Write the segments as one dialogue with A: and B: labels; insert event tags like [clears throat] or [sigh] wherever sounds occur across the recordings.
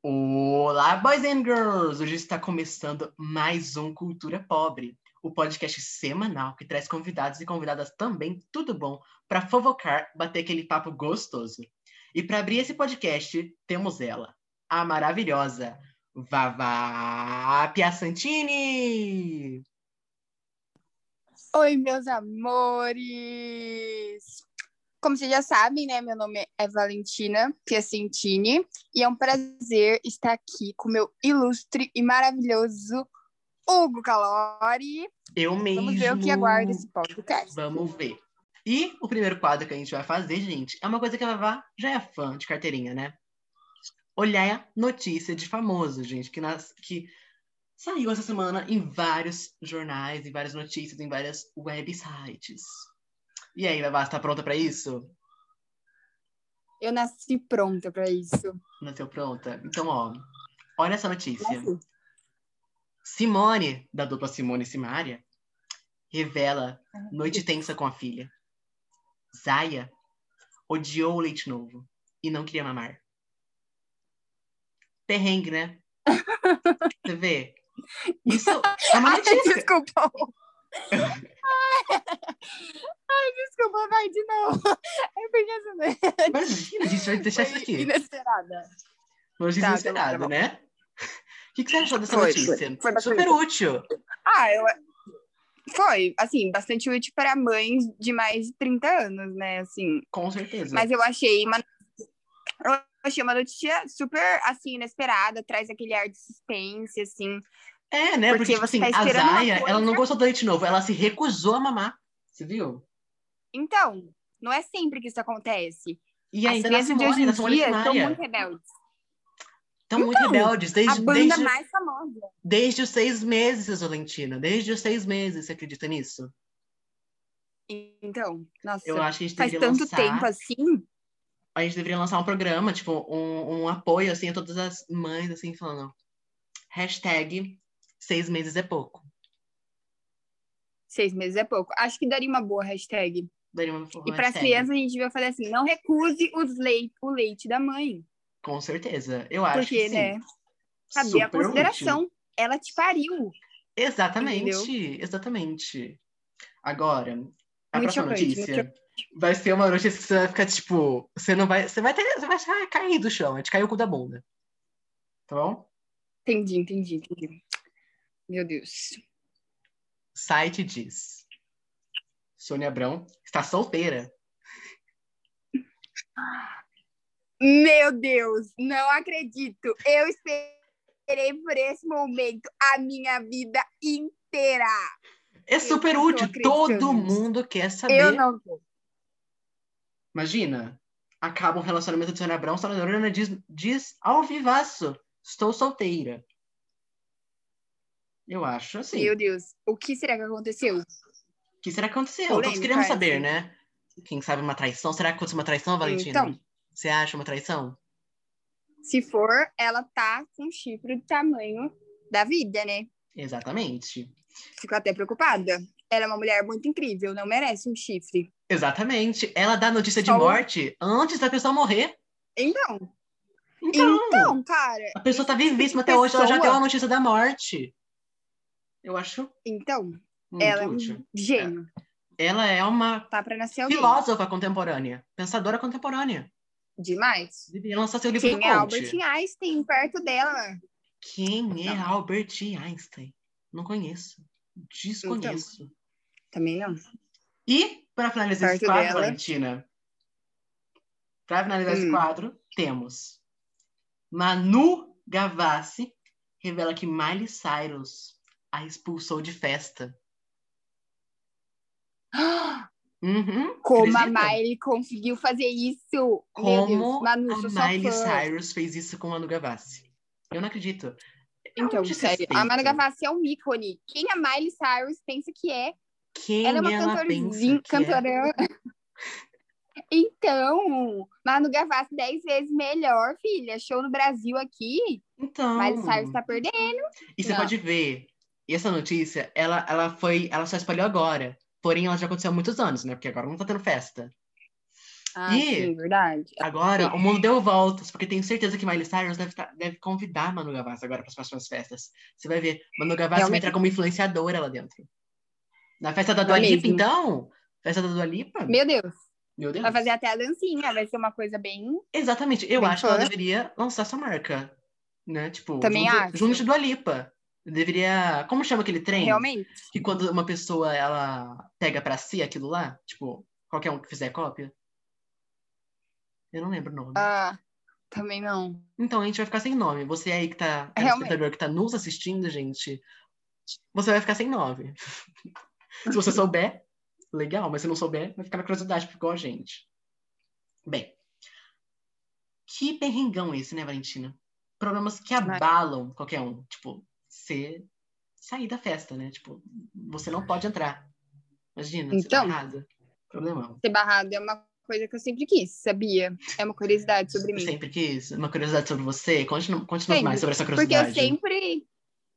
A: Olá, boys and girls! Hoje está começando mais um Cultura Pobre, o podcast semanal que traz convidados e convidadas também, tudo bom, para fofocar, bater aquele papo gostoso. E para abrir esse podcast, temos ela, a maravilhosa Vavá Piacentini!
B: Oi, meus amores! Como vocês já sabem, né? Meu nome é Valentina Piacentini e é um prazer estar aqui com meu ilustre e maravilhoso Hugo Calori.
A: Eu mesmo!
B: Vamos ver o que aguarda esse podcast.
A: Vamos ver. E o primeiro quadro que a gente vai fazer, gente, é uma coisa que a Vavá já é fã de carteirinha, né? Olhar a notícia de famoso, gente, que, nas, que saiu essa semana em vários jornais, em várias notícias, em várias websites. E aí, Vavá, você tá pronta para isso?
B: Eu nasci pronta pra isso.
A: Nasceu pronta? Então, ó, olha essa notícia.
B: Nasci.
A: Simone, da dupla Simone e Simaria, revela noite tensa com a filha. Zaya odiou o leite novo e não queria mamar. Perrengue,
B: [laughs]
A: né? Você vê? Isso é uma
B: Ai,
A: notícia.
B: desculpa. Ai, Ai, desculpa, vai de novo. Eu fiquei assim,
A: Imagina, a gente vai deixar isso
B: foi
A: aqui.
B: inesperada.
A: Notícia
B: Tá,
A: inesperada,
B: tá bom.
A: né? O que, que você achou dessa
B: Foi,
A: notícia?
B: foi. Foi bastante.
A: Super útil.
B: Ah, eu... Foi, assim, bastante útil para mães de mais de 30 anos, né, assim.
A: Com certeza.
B: Mas eu achei uma... Eu achei uma notícia super, assim, inesperada, traz aquele ar de suspense, assim.
A: É, né? Porque,
B: Porque
A: tipo
B: você
A: assim,
B: tá
A: a
B: esperando uma
A: Zaya,
B: coisa.
A: ela não gostou do leite novo, ela se recusou a mamar. Você viu?
B: Então, não é sempre que isso acontece.
A: E
B: As
A: ainda na
B: crianças de hoje
A: Simone,
B: em
A: na Simone
B: dia estão muito
A: Simaria.
B: rebeldes.
A: Estão muito rebeldes,
B: Então, A
A: desde,
B: banda
A: desde,
B: mais famosa.
A: desde os seis meses, Valentina. Desde os seis meses, você acredita nisso?
B: Então, nossa.
A: Eu acho que a gente
B: Faz
A: deveria
B: tanto
A: lançar...
B: tempo assim.
A: A gente deveria lançar um programa, tipo, um, um apoio, assim, a todas as mães, assim, falando... Hashtag seis meses é pouco.
B: Seis meses é pouco. Acho que daria uma boa hashtag.
A: Daria uma
B: e para as
A: hashtag.
B: crianças a gente devia fazer assim: não recuse os leite, o leite da mãe.
A: Com certeza. Eu acho
B: porque,
A: que sim.
B: né? Cadê a
A: Super útil.
B: consideração? Ela te pariu.
A: Exatamente,
B: Entendeu?
A: exatamente. Agora, a
B: Muito
A: próxima
B: chocante, muito
A: notícia vai ser uma notícia que você vai ficar tipo, você não vai, você vai ter, você vai achar- cair do chão, vai te cair o cu da bunda. Tá bom?
B: Entendi, entendi, entendi. Meu Deus.
A: Site diz: Sônia Abrão está solteira.
B: Meu Deus, não acredito. Eu esperei por esse momento a minha vida inteira.
A: É super
B: não tô
A: útil, todo
B: acreditando nisso.
A: mundo quer
B: Eu
A: saber.
B: não vou.
A: Imagina, acaba um relacionamento de Sônia Abrão, Sônia Abrão diz, diz ao vivaço: Estou solteira. Eu acho assim.
B: Meu Deus, o que será que aconteceu?
A: O que será que aconteceu? Todos
B: Polêmica, assim.
A: queríamos
B: essa.
A: saber, né? Quem sabe uma traição? Será que aconteceu uma traição, Valentina?
B: Então.
A: Você acha uma traição?
B: Se for, ela tá com um chifre do tamanho da vida, né?
A: Exatamente.
B: Fico até preocupada. Ela é uma mulher muito incrível, não merece um chifre.
A: Exatamente. Ela dá notícia de
B: Só- um
A: morte antes da pessoa morrer.
B: Então,
A: Então,
B: então, cara.
A: a pessoa tá
B: esse tipo de
A: vivíssima até hoje, ela já
B: pessoa- é?
A: deu a notícia da morte. Eu acho
B: Então,
A: muito
B: ela é um
A: útil.
B: gênio.
A: Ela é uma
B: Tá pra nascer alguém.
A: filósofa contemporânea, pensadora contemporânea.
B: Demais.
A: Deveria lançar seu livro
B: Quem
A: do
B: é
A: coach.
B: Albert Einstein perto dela?
A: Quem é
B: Não. Então.
A: Albert Einstein? Não conheço. Desconheço.
B: Também
A: [gasps]
B: não.
A: E, para finalizar esse
B: Perto
A: quadro,
B: dela.
A: Valentina, para finalizar esse
B: Hum.
A: quadro, temos Manu Gavassi revela que Miley Cyrus a expulsou de festa. Uhum,
B: Como a
A: acredita?
B: Miley conseguiu fazer isso? Meu Deus,
A: Como
B: Manu, sou sua
A: a Miley
B: fã.
A: Cyrus fez isso com Manu Gavassi? Eu não acredito. É um
B: Então, sério,
A: desrespeito.
B: a Manu Gavassi é um ícone. Quem a Miley Cyrus pensa que é?
A: Quem
B: ela é uma
A: pensa
B: cantorzinha,
A: que é?
B: cantora. [laughs] Então, Manu Gavassi 10 vezes melhor, filha. Show no Brasil aqui.
A: Então,
B: Miley Cyrus tá perdendo.
A: E você
B: Não.
A: pode ver, e essa notícia, ela, ela foi, ela só espalhou agora. Porém, ela já aconteceu há muitos anos, né? Porque agora não tá tendo festa.
B: Ah,
A: Ih.
B: sim, verdade.
A: Agora, o mundo deu voltas, porque tenho certeza que Miley Cyrus deve, tá- deve convidar a Manu Gavassi agora para as próximas festas. Você vai ver, Manu Gavassi vai entrar como influenciadora lá dentro. Na festa da Dua
B: É
A: Lipa,
B: mesmo.
A: então? Festa da Dua Lipa?
B: Meu Deus,
A: Meu Deus.
B: vai fazer até a dancinha, vai ser uma coisa bem.
A: Exatamente. Eu
B: Bem
A: acho que ela
B: fã.
A: deveria lançar sua marca. Né? Tipo,
B: Também
A: junto,
B: acho.
A: junto de Dua Lipa. Deveria. Como chama aquele trem?
B: Realmente.
A: Que quando uma pessoa ela pega pra si aquilo lá, tipo, qualquer um que fizer cópia. Eu não lembro o nome.
B: Ah, também não.
A: Então a gente vai ficar sem nome. Você aí que tá, é o
B: Realmente.
A: espectador que tá nos assistindo, gente, você vai ficar sem nome. [laughs] Se você souber, legal, mas se não souber, vai ficar na curiosidade, é igual a gente. Bem, que perrengão esse, né, Valentina? Problemas que
B: Demais.
A: abalam qualquer um. Tipo, você sair da festa, né? Tipo, você não pode entrar. Imagina, você tá
B: Então.
A: errado. Problemão.
B: Ser barrado é uma coisa que eu sempre quis, sabia? É uma curiosidade sobre mim.
A: Sempre quis. Uma curiosidade sobre você. Continua, continua
B: Sempre.
A: mais sobre essa
B: Porque assim,
A: curiosidade.
B: eu sempre.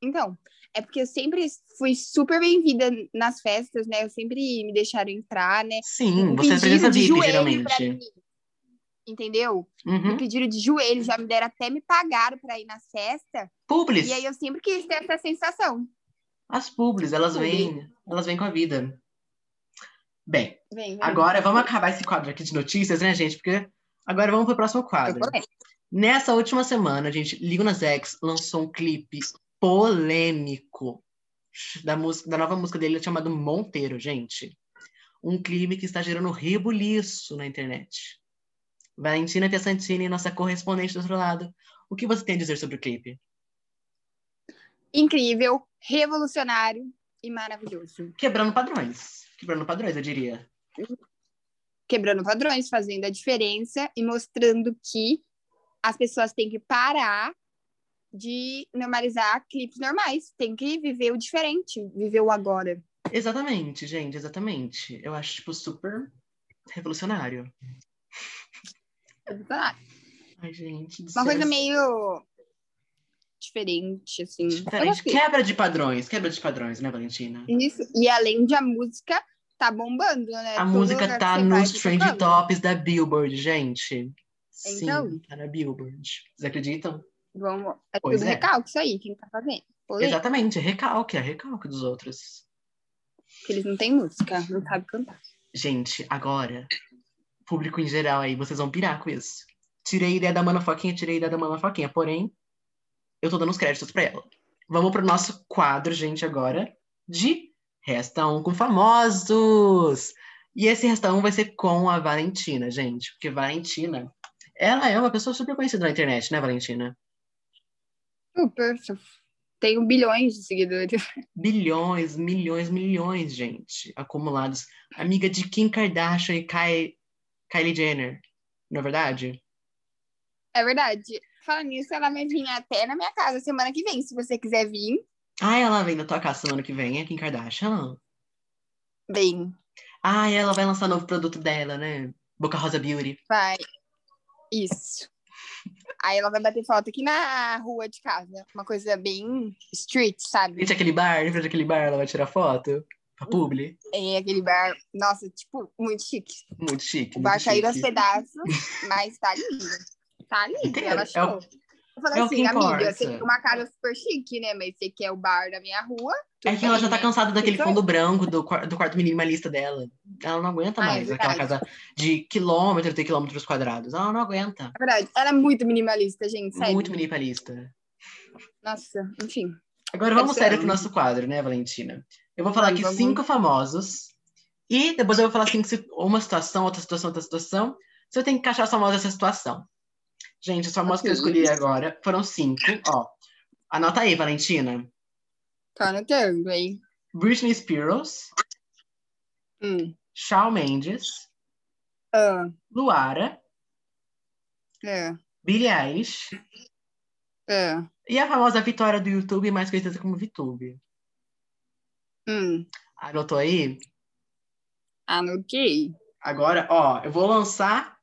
B: Então, é porque eu sempre fui super bem-vinda nas festas, né? Eu sempre me deixaram entrar, né?
A: Sim,
B: Me
A: você é
B: pediram
A: presença
B: de
A: VIP,
B: joelho pra
A: geralmente.
B: mim, Entendeu? Me
A: Uhum.
B: pediram de joelho, já me deram até me pagaram pra ir na festa.
A: Publis,
B: E aí eu sempre quis ter essa sensação.
A: as publis, elas
B: Publi.
A: vêm, elas vêm com a vida. Bem,
B: Vem, vem.
A: agora vamos acabar esse quadro aqui de notícias, né, gente? Porque agora vamos pro próximo
B: Eu
A: quadro.
B: colei.
A: Nessa última semana, gente, Ligo nas X lançou um clipe polêmico da, música, da nova música dele chamado Monteiro, gente. Um clipe que está gerando rebuliço na internet. Valentina Piacentini, nossa correspondente do outro lado, o que você tem a dizer sobre o clipe?
B: Incrível, revolucionário e maravilhoso.
A: Quebrando padrões. Quebrando padrões, eu diria.
B: Quebrando padrões, fazendo a diferença e mostrando que as pessoas têm que parar de normalizar clipes normais. Tem que viver o diferente, viver o agora.
A: Exatamente, gente, exatamente. Eu acho, tipo, super revolucionário.
B: Uma
A: Ai, gente. do
B: coisa
A: céu. é
B: meio diferente, assim. Eu
A: Diferente. é?
B: gostei.
A: Quebra de padrões, quebra de padrões, né, Valentina?
B: Isso. E além de a música tá bombando, né?
A: A
B: Todo
A: música
B: lugar
A: tá
B: que você vai,
A: nos
B: tá
A: trend
B: tocando.
A: tops da Billboard, gente. Sim,
B: Então.
A: tá na Billboard. Vocês acreditam?
B: Vamos, é
A: Pois
B: tudo
A: é.
B: recalque isso aí, quem tá fazendo. Polêmica,
A: Exatamente, é recalque, é recalque dos outros.
B: Porque eles não têm música, não sabem cantar.
A: Gente, agora, público em geral aí, vocês vão pirar com isso. Tirei a ideia da Manafoquinha, tirei a ideia da Manafoquinha, porém, eu tô dando os créditos pra ela. Vamos pro nosso quadro, gente, agora, de Resta Um com Famosos! E esse Resta Um vai ser com a Valentina, gente, porque Valentina, ela é uma pessoa super conhecida na internet, né, Valentina?
B: Super, tenho bilhões de seguidores.
A: Bilhões, milhões, milhões, gente, acumulados. Amiga de Kim Kardashian e Kai- Kylie Jenner, não é verdade?
B: É verdade. Falando nisso, ela vai vir até na minha casa semana que vem. Se você quiser vir,
A: Ah, ela vem na tua casa semana que vem, é Kim Kardashian?
B: vem,
A: Ah, ela vai lançar novo produto dela, né? Boca Rosa Beauty.
B: vai. Isso. Aí ela vai bater foto aqui na rua de casa. Uma coisa bem street, sabe?
A: Frente àquele bar, em frente àquele bar, ela vai tirar foto pra publi.
B: É aquele bar. Nossa, tipo, muito chique.
A: Muito chique,
B: O
A: muito
B: bar caiu aos
A: chique.
B: pedaços, mas tá lindo. Tá lindo,
A: Inteiro, é
B: ela
A: o-
B: achou. Eu falei
A: é o que
B: assim, amiga, você
A: importa.
B: tem uma casa super chique, né? Mas você quer o bar da minha rua?
A: É que ela já tá
B: cansada.
A: cansada daquele
B: Então-
A: fundo branco do, quar- do quarto minimalista dela. Ela não aguenta
B: Ah, é
A: mais aquela
B: verdade.
A: casa de quilômetro, ter quilômetros quadrados. Ela não aguenta.
B: É verdade, ela é muito minimalista, gente, sério.
A: Muito minimalista.
B: Nossa, enfim.
A: Agora
B: Deve
A: vamos
B: ser
A: sério
B: ela.
A: pro nosso quadro, né, Valentina? Eu vou falar
B: Ai,
A: aqui
B: vamos.
A: cinco famosos. E depois eu vou falar cinco, si- uma situação, outra situação, outra situação. Você tem que encaixar os famosos nessa situação. Gente, os famosos que eu
B: Ok.
A: escolhi agora foram cinco. Ó, anota aí, Valentina.
B: Tá anotando, hein?
A: Britney Spears,
B: Hum.
A: Shawn Mendes,
B: Ah,
A: Luara,
B: é,
A: Billie Eilish
B: é.
A: e a famosa Vitória do YouTube, mais conhecida como VTube.
B: Hum.
A: Anotou aí?
B: Anotei.
A: Agora, ó, eu vou lançar,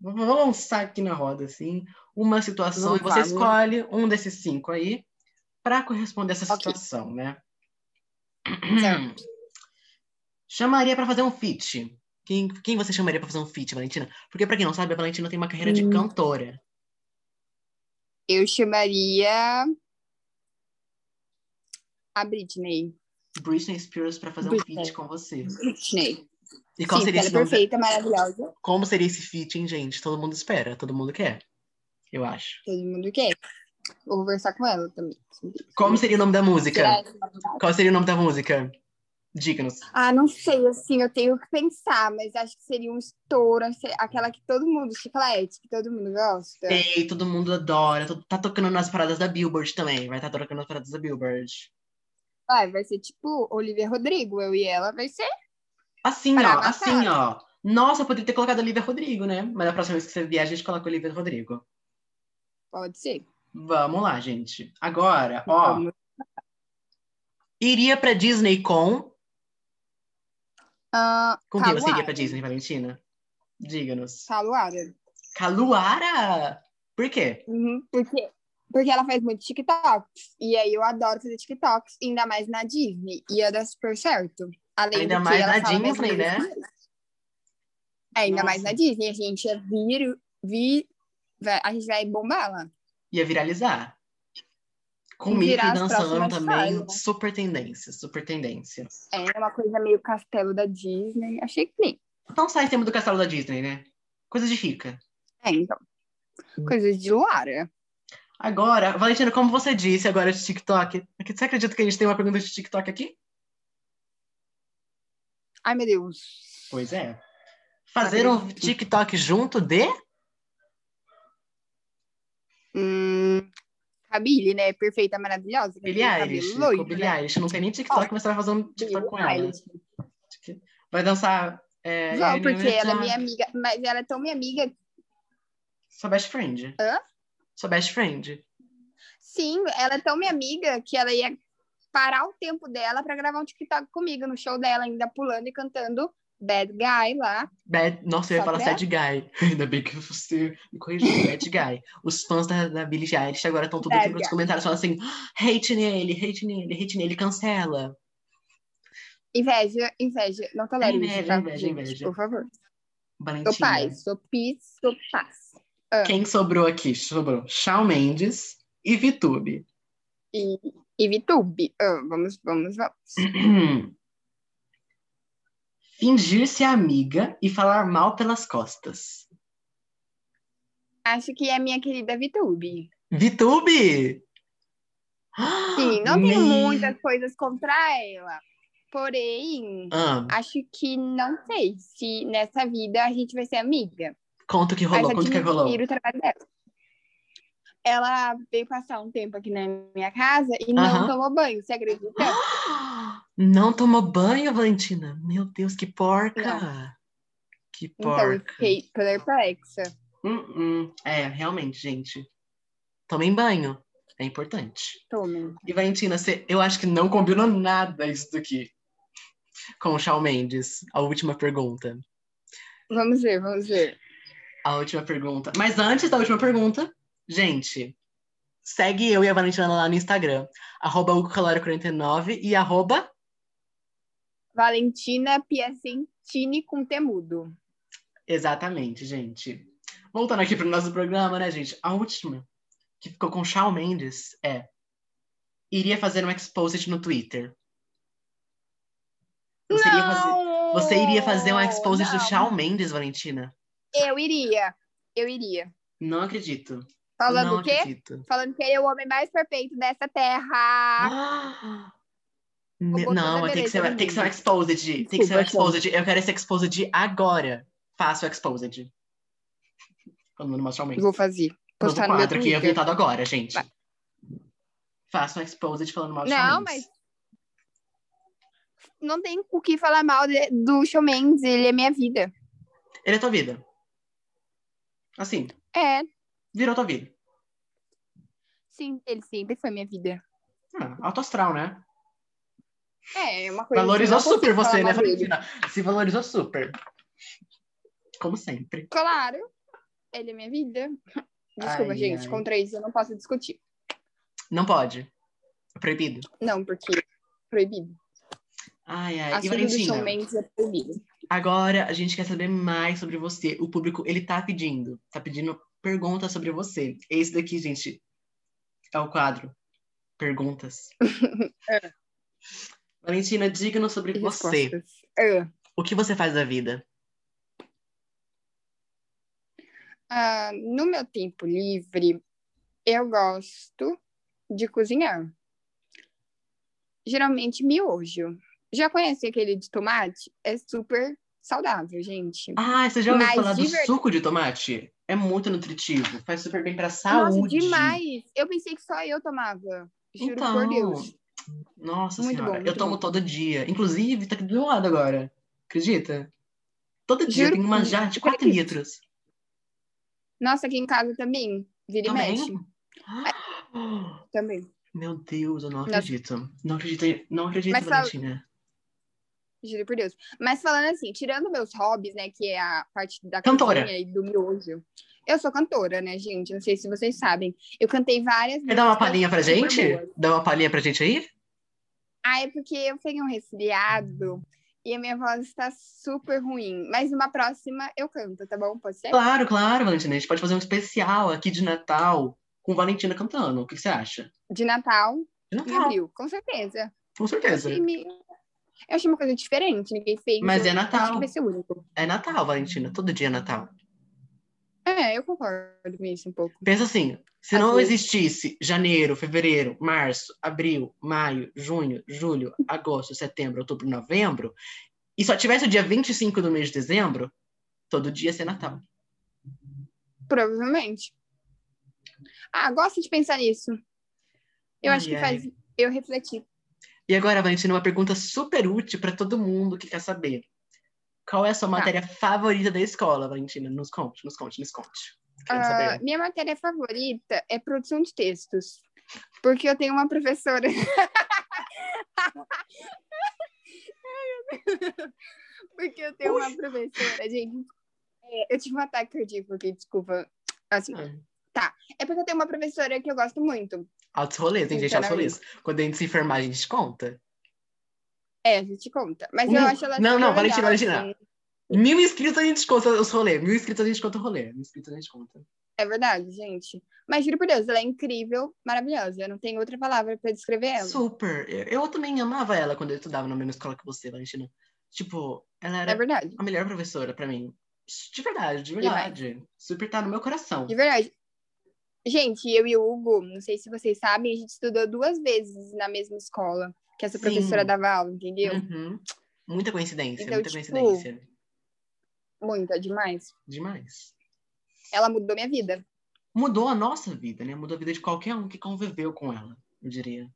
A: vou vou lançar aqui na roda, assim, uma situação, e
B: Vamos lá,
A: você
B: vamos
A: escolhe um desses cinco aí para corresponder a essa
B: Ok.
A: situação, né?
B: Certo.
A: [clears throat] Chamaria para fazer um feat. Quem, quem você chamaria para fazer um feat, Valentina? Porque, para quem não sabe, a Valentina tem uma carreira de
B: Hum.
A: cantora.
B: Eu chamaria a Britney.
A: Britney Spears pra fazer
B: Britney.
A: um feat com você.
B: Britney.
A: E qual
B: Sim,
A: seria
B: ela
A: esse
B: é
A: nome da-
B: perfeita, maravilhosa.
A: Como seria esse feat, hein, gente? Todo mundo espera, todo mundo quer. Eu acho.
B: Todo mundo quer. Vou conversar com ela também.
A: Como seria o nome da
B: Tirar
A: música?
B: essa vontade.
A: Qual seria o nome da música? Diga-nos.
B: Ah, não sei, assim, eu tenho que pensar, mas acho que seria um estouro, assim, aquela que todo mundo, chiclete, que todo mundo gosta.
A: Ei, todo mundo adora. to- Tá tocando nas paradas da Billboard também. Vai estar tocando nas paradas da Billboard.
B: Vai, vai ser tipo Olivia Rodrigo, eu e ela, vai ser.
A: Assim,
B: Para
A: ó.
B: matar.
A: Assim, ó. Nossa, eu poderia ter colocado Olivia Rodrigo, né? Mas na próxima vez que você vier, a gente coloca Olivia Rodrigo.
B: Pode ser.
A: Vamos lá, gente. Agora, ó.
B: Vamos.
A: Iria pra Disney com.
B: Ah,
A: Com quem você iria
B: Caluara.
A: pra Disney, Valentina? Diga-nos.
B: Caluara.
A: Caluara! Por quê?
B: Uhum, porque, porque ela faz muito TikToks. E aí eu adoro fazer TikToks, ainda mais na Disney. E ia dar super certo. Além
A: Ainda
B: do que
A: mais
B: ela
A: na
B: fala assim. mais
A: Disney, né?
B: inglês que eu. É, ainda mais na
A: Nossa.
B: Disney. A gente ia vir, vir vai- a gente vai bombar lá.
A: Ia viralizar. Com
B: E
A: Mickey
B: virar as
A: dançando
B: próximas
A: também,
B: fases, né?
A: super tendência, super tendência.
B: É uma coisa meio castelo da Disney. Achei que nem.
A: Não sai tema do castelo da Disney, né? Coisa de rica.
B: É, então. Coisas de Luara.
A: Agora, Valentina, como você disse agora de TikTok, você acredita que a gente tem uma pergunta de TikTok aqui?
B: Ai, meu Deus.
A: Pois é. Fazer um TikTok junto de
B: Hum, a Billie, né? Perfeita, maravilhosa. com
A: Billie
B: aquele
A: Eilish.
B: cabelo
A: Com
B: loiro,
A: Billie
B: né?
A: Eilish. Não tem nem TikTok, mas você vai fazer um TikTok com
B: Billie
A: ela.
B: Eilish.
A: Vai dançar. É,
B: Vão, porque ela
A: minha
B: é minha amiga. Mas ela é tão minha amiga.
A: Sua best friend.
B: Hã?
A: Sua best friend.
B: Sim, ela é tão minha amiga que ela ia parar o tempo dela pra gravar um TikTok comigo no show dela, ainda pulando e cantando Bad Guy lá.
A: Bad... Nossa, eu ia
B: Só é?
A: falar
B: pra-
A: Sad Guy. [laughs] Ainda bem que você me corrigiu. Bad Guy. Os fãs da, da Billie Eilish agora estão tudo
B: Bad
A: aqui nos
B: guy.
A: comentários falando assim: hate nele, hate nele, hate nele, cancela.
B: Inveja, inveja. Não tolero
A: É Inveja,
B: isso, tá,
A: inveja,
B: gente?
A: inveja.
B: Por favor. Sou
A: Valentina.
B: paz, sou peace, sou paz.
A: Quem sobrou aqui? Sobrou Shawn Mendes e Vitube. [clears throat]
B: E, e Vitube. Ah, vamos, vamos, vamos.
A: Fingir ser amiga e falar mal pelas costas.
B: Acho que é a minha querida Vitube.
A: Vitube! [gasps]
B: Sim, não tenho
A: Meu-
B: muitas coisas contra ela. Porém,
A: Ah,
B: acho que não sei se nessa vida a gente vai ser amiga.
A: conta o que rolou,
B: Mas
A: conta o que
B: admiro
A: rolou.
B: o trabalho dela. Ela veio passar um tempo aqui na minha casa e não
A: Aham.
B: tomou banho, você acredita?
A: Não tomou banho, Valentina? Meu Deus, que porca! Que
B: Então eu
A: porca.
B: fiquei perplexa.
A: Hum, hum. É, realmente, gente. Tomem banho. É importante.
B: Tome.
A: E, Valentina, você- eu acho que não combinou nada isso daqui com o Shawn Mendes. A última pergunta.
B: Vamos ver, vamos ver.
A: A última pergunta. Mas antes da última pergunta, gente, segue eu e a Valentina lá no Instagram. Arroba UgoCalora49 e arroba
B: Valentina Piacentini com temudo.
A: Exatamente, gente. Voltando aqui para o nosso programa, né, gente? A última, que ficou com Shawn Mendes, é... Iria fazer um exposit no Twitter. Você, Iria, fazer,
B: Não!
A: você iria fazer um exposit do
B: Não.
A: Shawn Mendes, Valentina?
B: Eu iria. Eu iria.
A: Não acredito.
B: Falando
A: não
B: o quê?
A: acredito.
B: Falando que ele é o homem mais perfeito dessa terra.
A: [gasps] Ah! Me-
B: botou
A: Não,
B: da
A: mas tem que, ser,
B: beleza
A: tem que ser um exposit. Tem que ser um
B: Desculpa,
A: exposit. Eu quero esse exposit agora. Faça o exposit. Falando no Shawn Mendes.
B: Vou fazer. Postar no
A: novo
B: meu
A: quadro que é
B: Twitter.
A: inventado agora, gente.
B: Vai.
A: Faça um exposit falando mal de
B: Não,
A: Shawn Mendes.
B: Não tem o que falar mal de- do Shawn Mendes, ele é minha vida.
A: Ele é tua vida. Assim,
B: É,
A: virou tua vida.
B: sim, ele sempre foi minha vida.
A: Ah, alto astral, né?
B: É, é uma coisa.
A: Valorizou
B: que eu não
A: super
B: consigo
A: você,
B: falar
A: né,
B: mal dele.
A: Valentina? Se valorizou super. Como sempre.
B: Claro, ele é minha vida. Desculpa,
A: Ai,
B: gente,
A: ai.
B: contra isso eu não posso discutir.
A: Não pode. É proibido.
B: Não, porque é proibido.
A: Ai, ai.
B: A
A: É, e
B: filha do Shawn
A: Valentina,
B: Mendes é proibido.
A: agora a gente quer saber mais sobre você. O público, ele tá pedindo. Tá pedindo perguntas sobre você. Esse daqui, gente, É o quadro.
B: [laughs]
A: Perguntas. Valentina, diga nos sobre você.
B: É. Respostas. Ah.
A: O que você faz da vida?
B: Ah, no meu tempo livre, eu gosto de cozinhar. Geralmente miojo. Já conhece aquele de tomate? É super saudável, gente.
A: Ah, você já ouviu
B: Mas
A: falar do
B: de verdade-
A: suco de tomate? É muito nutritivo, faz super bem pra saúde.
B: Nossa, demais! Eu pensei que só eu tomava. Juro
A: Então,
B: por Deus.
A: Nossa
B: Muito
A: senhora,
B: bom,
A: eu
B: muito
A: tomo
B: bom.
A: todo dia. Inclusive, tá aqui do meu lado agora. Acredita? Todo dia
B: Juro
A: tem uma jarra de 4
B: acredito.
A: litros.
B: Nossa, aqui em casa também. Vira e
A: Também?
B: mexe. Também.
A: [gasps] Meu Deus, eu não
B: Nossa.
A: acredito. Não acredito, não acredito,
B: Mas fala-
A: Valentina.
B: Juro por Deus. Mas falando assim, tirando meus hobbies, né, que é a parte da
A: Cantora.
B: cozinha e do miojo. Eu sou cantora, né, gente? Não sei se vocês sabem. Eu cantei várias
A: Quer dar uma
B: músicas
A: palhinha pra
B: super
A: gente?
B: boas.
A: Dá uma palhinha pra gente aí?
B: Ah, é porque eu peguei um resfriado e a minha voz está super ruim. Mas numa próxima eu canto, tá bom? Pode ser?
A: Claro, claro, Valentina. A gente pode fazer um especial aqui de Natal com Valentina cantando. O que que você acha?
B: De Natal,
A: De
B: em
A: Natal,
B: abril, com certeza.
A: com certeza.
B: E me- Eu achei uma coisa diferente, ninguém fez.
A: Mas
B: eu
A: é
B: Acho
A: Natal.
B: que vai ser único.
A: É Natal, Valentina. Todo dia é Natal.
B: É, eu concordo com isso um pouco.
A: Pensa assim, se
B: Às
A: não
B: vezes.
A: existisse janeiro, fevereiro, março, abril, maio, junho, julho, agosto, setembro, outubro, novembro, e só tivesse o dia 25 do mês de dezembro, todo dia ia ser Natal.
B: Provavelmente. Ah, gosto de pensar nisso. Eu
A: Ai,
B: acho que
A: ai.
B: faz eu refletir.
A: E agora, Valentina, uma pergunta super útil para todo mundo que quer saber. Qual é a sua
B: Tá.
A: matéria favorita da escola, Valentina? Nos conte, nos conte, nos conte. Quero
B: Ah,
A: saber.
B: minha matéria favorita é produção de textos. Porque eu tenho uma professora. [laughs] Ai, meu Deus. porque eu tenho uma professora, gente. É, eu tive um ataque cardíaco aqui, desculpa. Assim,
A: Ah,
B: é porque eu tenho uma professora que eu gosto muito.
A: Altos rolês, tem gente
B: Então,
A: altos rolês. Quando a gente se enfermar, a gente conta.
B: É, a gente conta. Mas eu
A: Não,
B: acho ela.
A: Uhum. não,
B: super
A: não, Valentina,
B: legal,
A: Valentina.
B: assim.
A: Mil inscritos a gente conta os rolês. Mil inscritos a gente conta o rolê. Mil inscritos a gente conta.
B: É verdade, gente. Mas juro por Deus, ela é incrível, maravilhosa. Eu não tenho outra palavra pra descrever ela.
A: Super. Eu, eu também amava ela quando eu estudava na mesma escola que você, Valentina. Tipo, ela era
B: É verdade.
A: a melhor professora pra mim. De verdade, de verdade. Super tá no meu coração.
B: De verdade. Gente, eu e o Hugo, não sei se vocês sabem, a gente estudou duas vezes na mesma escola que essa
A: Sim.
B: professora dava aula, entendeu?
A: Uhum. Muita coincidência,
B: Então,
A: muita
B: tipo,
A: coincidência.
B: Muito, é demais.
A: Demais.
B: Ela mudou minha vida.
A: Mudou a nossa vida, né? Mudou a vida de qualquer um que conviveu com ela, eu diria.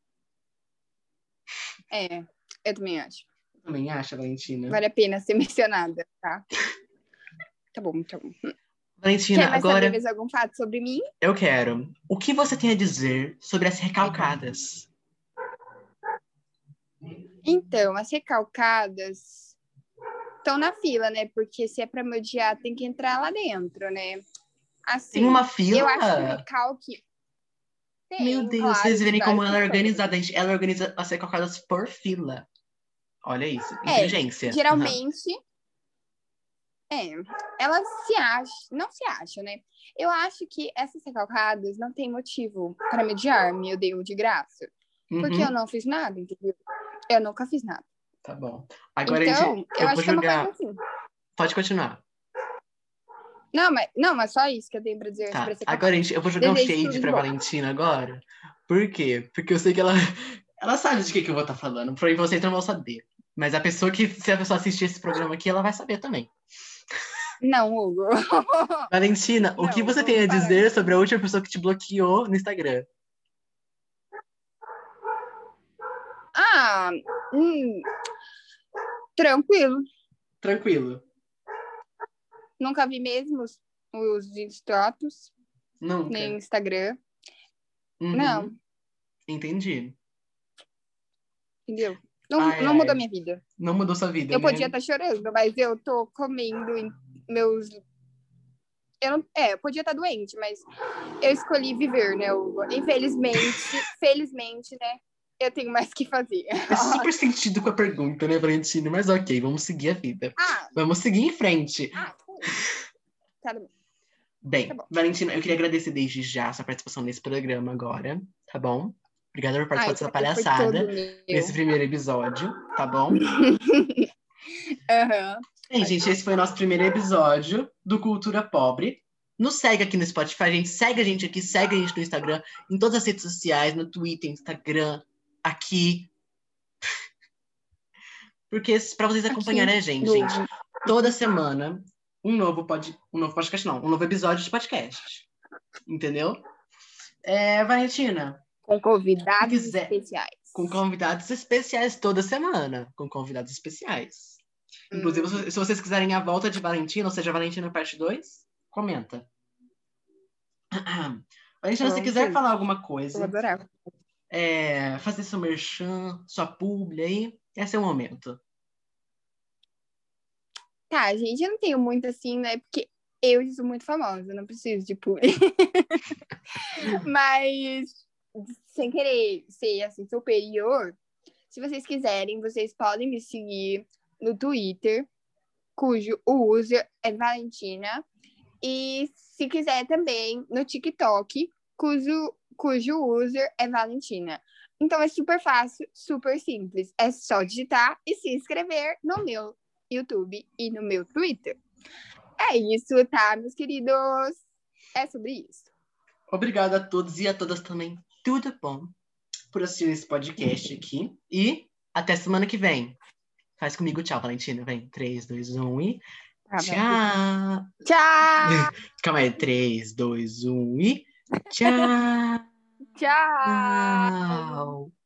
B: É, eu também acho.
A: Também acha, Valentina?
B: Vale a pena ser [laughs] mencionada, tá? Tá bom, tá bom.
A: Valentina,
B: Quer mais
A: agora
B: saber mais algum fato sobre mim?
A: eu quero. O que você tem a dizer sobre as recalcadas?
B: Então, as recalcadas estão na fila, né? Porque se é pra me odiar, tem que entrar lá dentro, né? Assim,
A: Tem uma fila.
B: eu acho que o recalque... Tem, um
A: Meu Deus,
B: claro,
A: vocês
B: de
A: verem como
B: várias
A: ela é
B: pessoas.
A: organizada. gente. Ela organiza as recalcadas por fila. Olha isso,
B: É,
A: inteligência. Aham.
B: Geralmente, é, elas se acham, não se acham, né? Eu acho que essas recalcadas não têm motivo para me odiar, me odeiam um de graça.
A: Uhum,
B: Porque eu não fiz nada, entendeu? Eu nunca fiz nada.
A: Tá bom. Agora,
B: então,
A: gente,
B: eu,
A: eu
B: acho
A: vou
B: que é uma coisa
A: jogar.
B: assim.
A: Pode continuar.
B: Não, mas, não, mas só isso que eu tenho pra dizer
A: Tá.
B: pra essa
A: Agora, gente, eu vou jogar um
B: Desejo tudo
A: shade
B: de
A: pra
B: bom.
A: Valentina agora. Por quê? Porque eu sei que ela. [laughs] Ela sabe de que, que eu vou estar falando. Porém, vocês não vão saber. Mas a pessoa que, se a pessoa assistir esse programa aqui, ela vai saber também.
B: Não, Hugo. [laughs]
A: Valentina, o que
B: Não,
A: você
B: vamos
A: tem a
B: parar.
A: dizer sobre a última pessoa que te bloqueou no Instagram?
B: Ah, hum, tranquilo.
A: Tranquilo.
B: Nunca vi mesmo os, os status,
A: Nunca.
B: nem o Instagram.
A: Uhum.
B: Não,
A: Entendi.
B: entendeu? Não,
A: Ai,
B: não
A: ai.
B: mudou minha vida.
A: Não mudou sua vida.
B: Eu
A: né?
B: podia estar chorando, mas eu tô comendo em meus. Eu não... É, eu podia estar doente, mas eu escolhi viver, né, Hugo?
A: [laughs]
B: Infelizmente, felizmente, né? Eu tenho mais que fazer.
A: É
B: [laughs]
A: super sentido com a pergunta, né, Valentina? Mas ok, vamos seguir a vida.
B: Ah,
A: Vamos seguir em frente.
B: ah, tá bom.
A: Bem,
B: Tá bom. Tá
A: Valentina, eu queria agradecer desde já a sua participação nesse programa agora. tá bom? Obrigada por participar
B: Ai,
A: dessa
B: Ah, foi
A: palhaçada
B: todo meu.
A: nesse primeiro episódio, tá bom?
B: Aham.
A: Bem,
B: tá.
A: gente, esse foi o nosso primeiro episódio do Cultura Pobre. Nos segue aqui no Spotify, gente. Segue a gente aqui, segue a gente no Instagram, em todas as redes sociais, no Twitter, Instagram, aqui. [laughs] Porque para vocês acompanharem a gente,
B: No-
A: gente, toda semana um novo pod... um novo podcast, não, um novo episódio de podcast. Entendeu? É, Valentina,
B: Com convidados
A: Se quiser.
B: especiais.
A: com convidados especiais toda semana, com convidados especiais.
B: Hum,
A: Inclusive, se- se vocês quiserem a volta de Valentina, ou seja, Valentina parte 2, comenta. [clears throat] Valentina, se
B: Vamos
A: quiser
B: sim.
A: falar alguma
B: Eu vou
A: coisa,
B: adorar.
A: é, fazer seu merchan, sua publi aí, esse é o momento.
B: Tá, gente, eu não tenho muito assim, né? Porque eu já sou muito famosa, eu não preciso de publi. Mas, sem querer ser assim, superior, se vocês quiserem, vocês podem me seguir no Twitter, cujo o user é Valentina. E se quiser também no TikTok, cujo, cujo user é Valentina. Então é super fácil, super simples. É só digitar e se inscrever no meu YouTube e no meu Twitter. É isso, tá, meus queridos? É sobre isso.
A: Obrigado a todos e a todas também, tudo bom, por assistir esse podcast aqui. E até semana que vem. Faz comigo tchau, Valentina. Vem, 3, 2, 1 e tchau.
B: tá Tchau!
A: Calma aí, 3, 2, 1 e tchau.
B: Tchau!
A: Tchau.